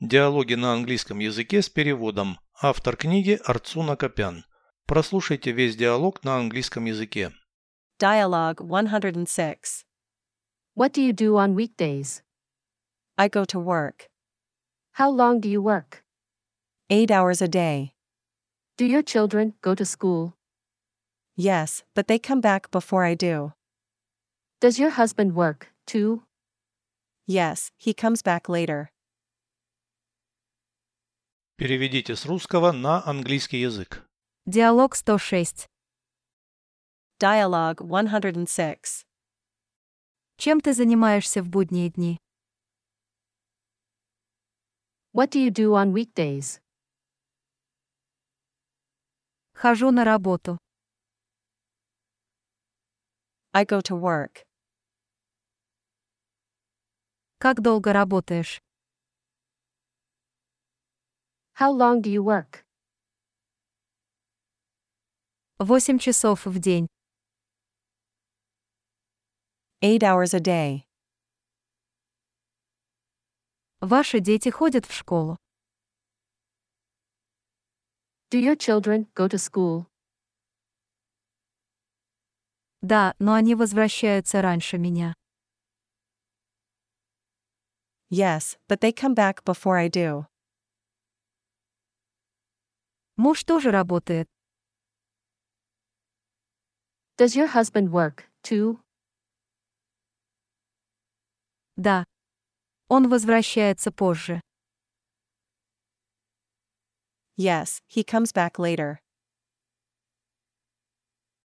Диалоги на английском языке с переводом. Автор книги Арцуна Копян. Прослушайте весь диалог на английском языке. Dialogue 106. What do you do on weekdays? I go to work. How long do you work? Eight hours a day. Do your children go to school? Yes, but they come back before I do. Does your husband work, too? Yes, he comes back later. Переведите с русского на английский язык. Диалог 106. Dialogue 106. Чем ты занимаешься в будние дни? What do you do on weekdays? Хожу на работу. I go to work. Как долго работаешь? How long do you work? Восемь часов в день. Eight hours a day. Ваши дети ходят в школу. Do your children go to school? Да, но они возвращаются раньше меня. Yes, but they come back before I do. Муж тоже работает. Does your husband work, too? Да. Он возвращается позже. Yes, he comes back later.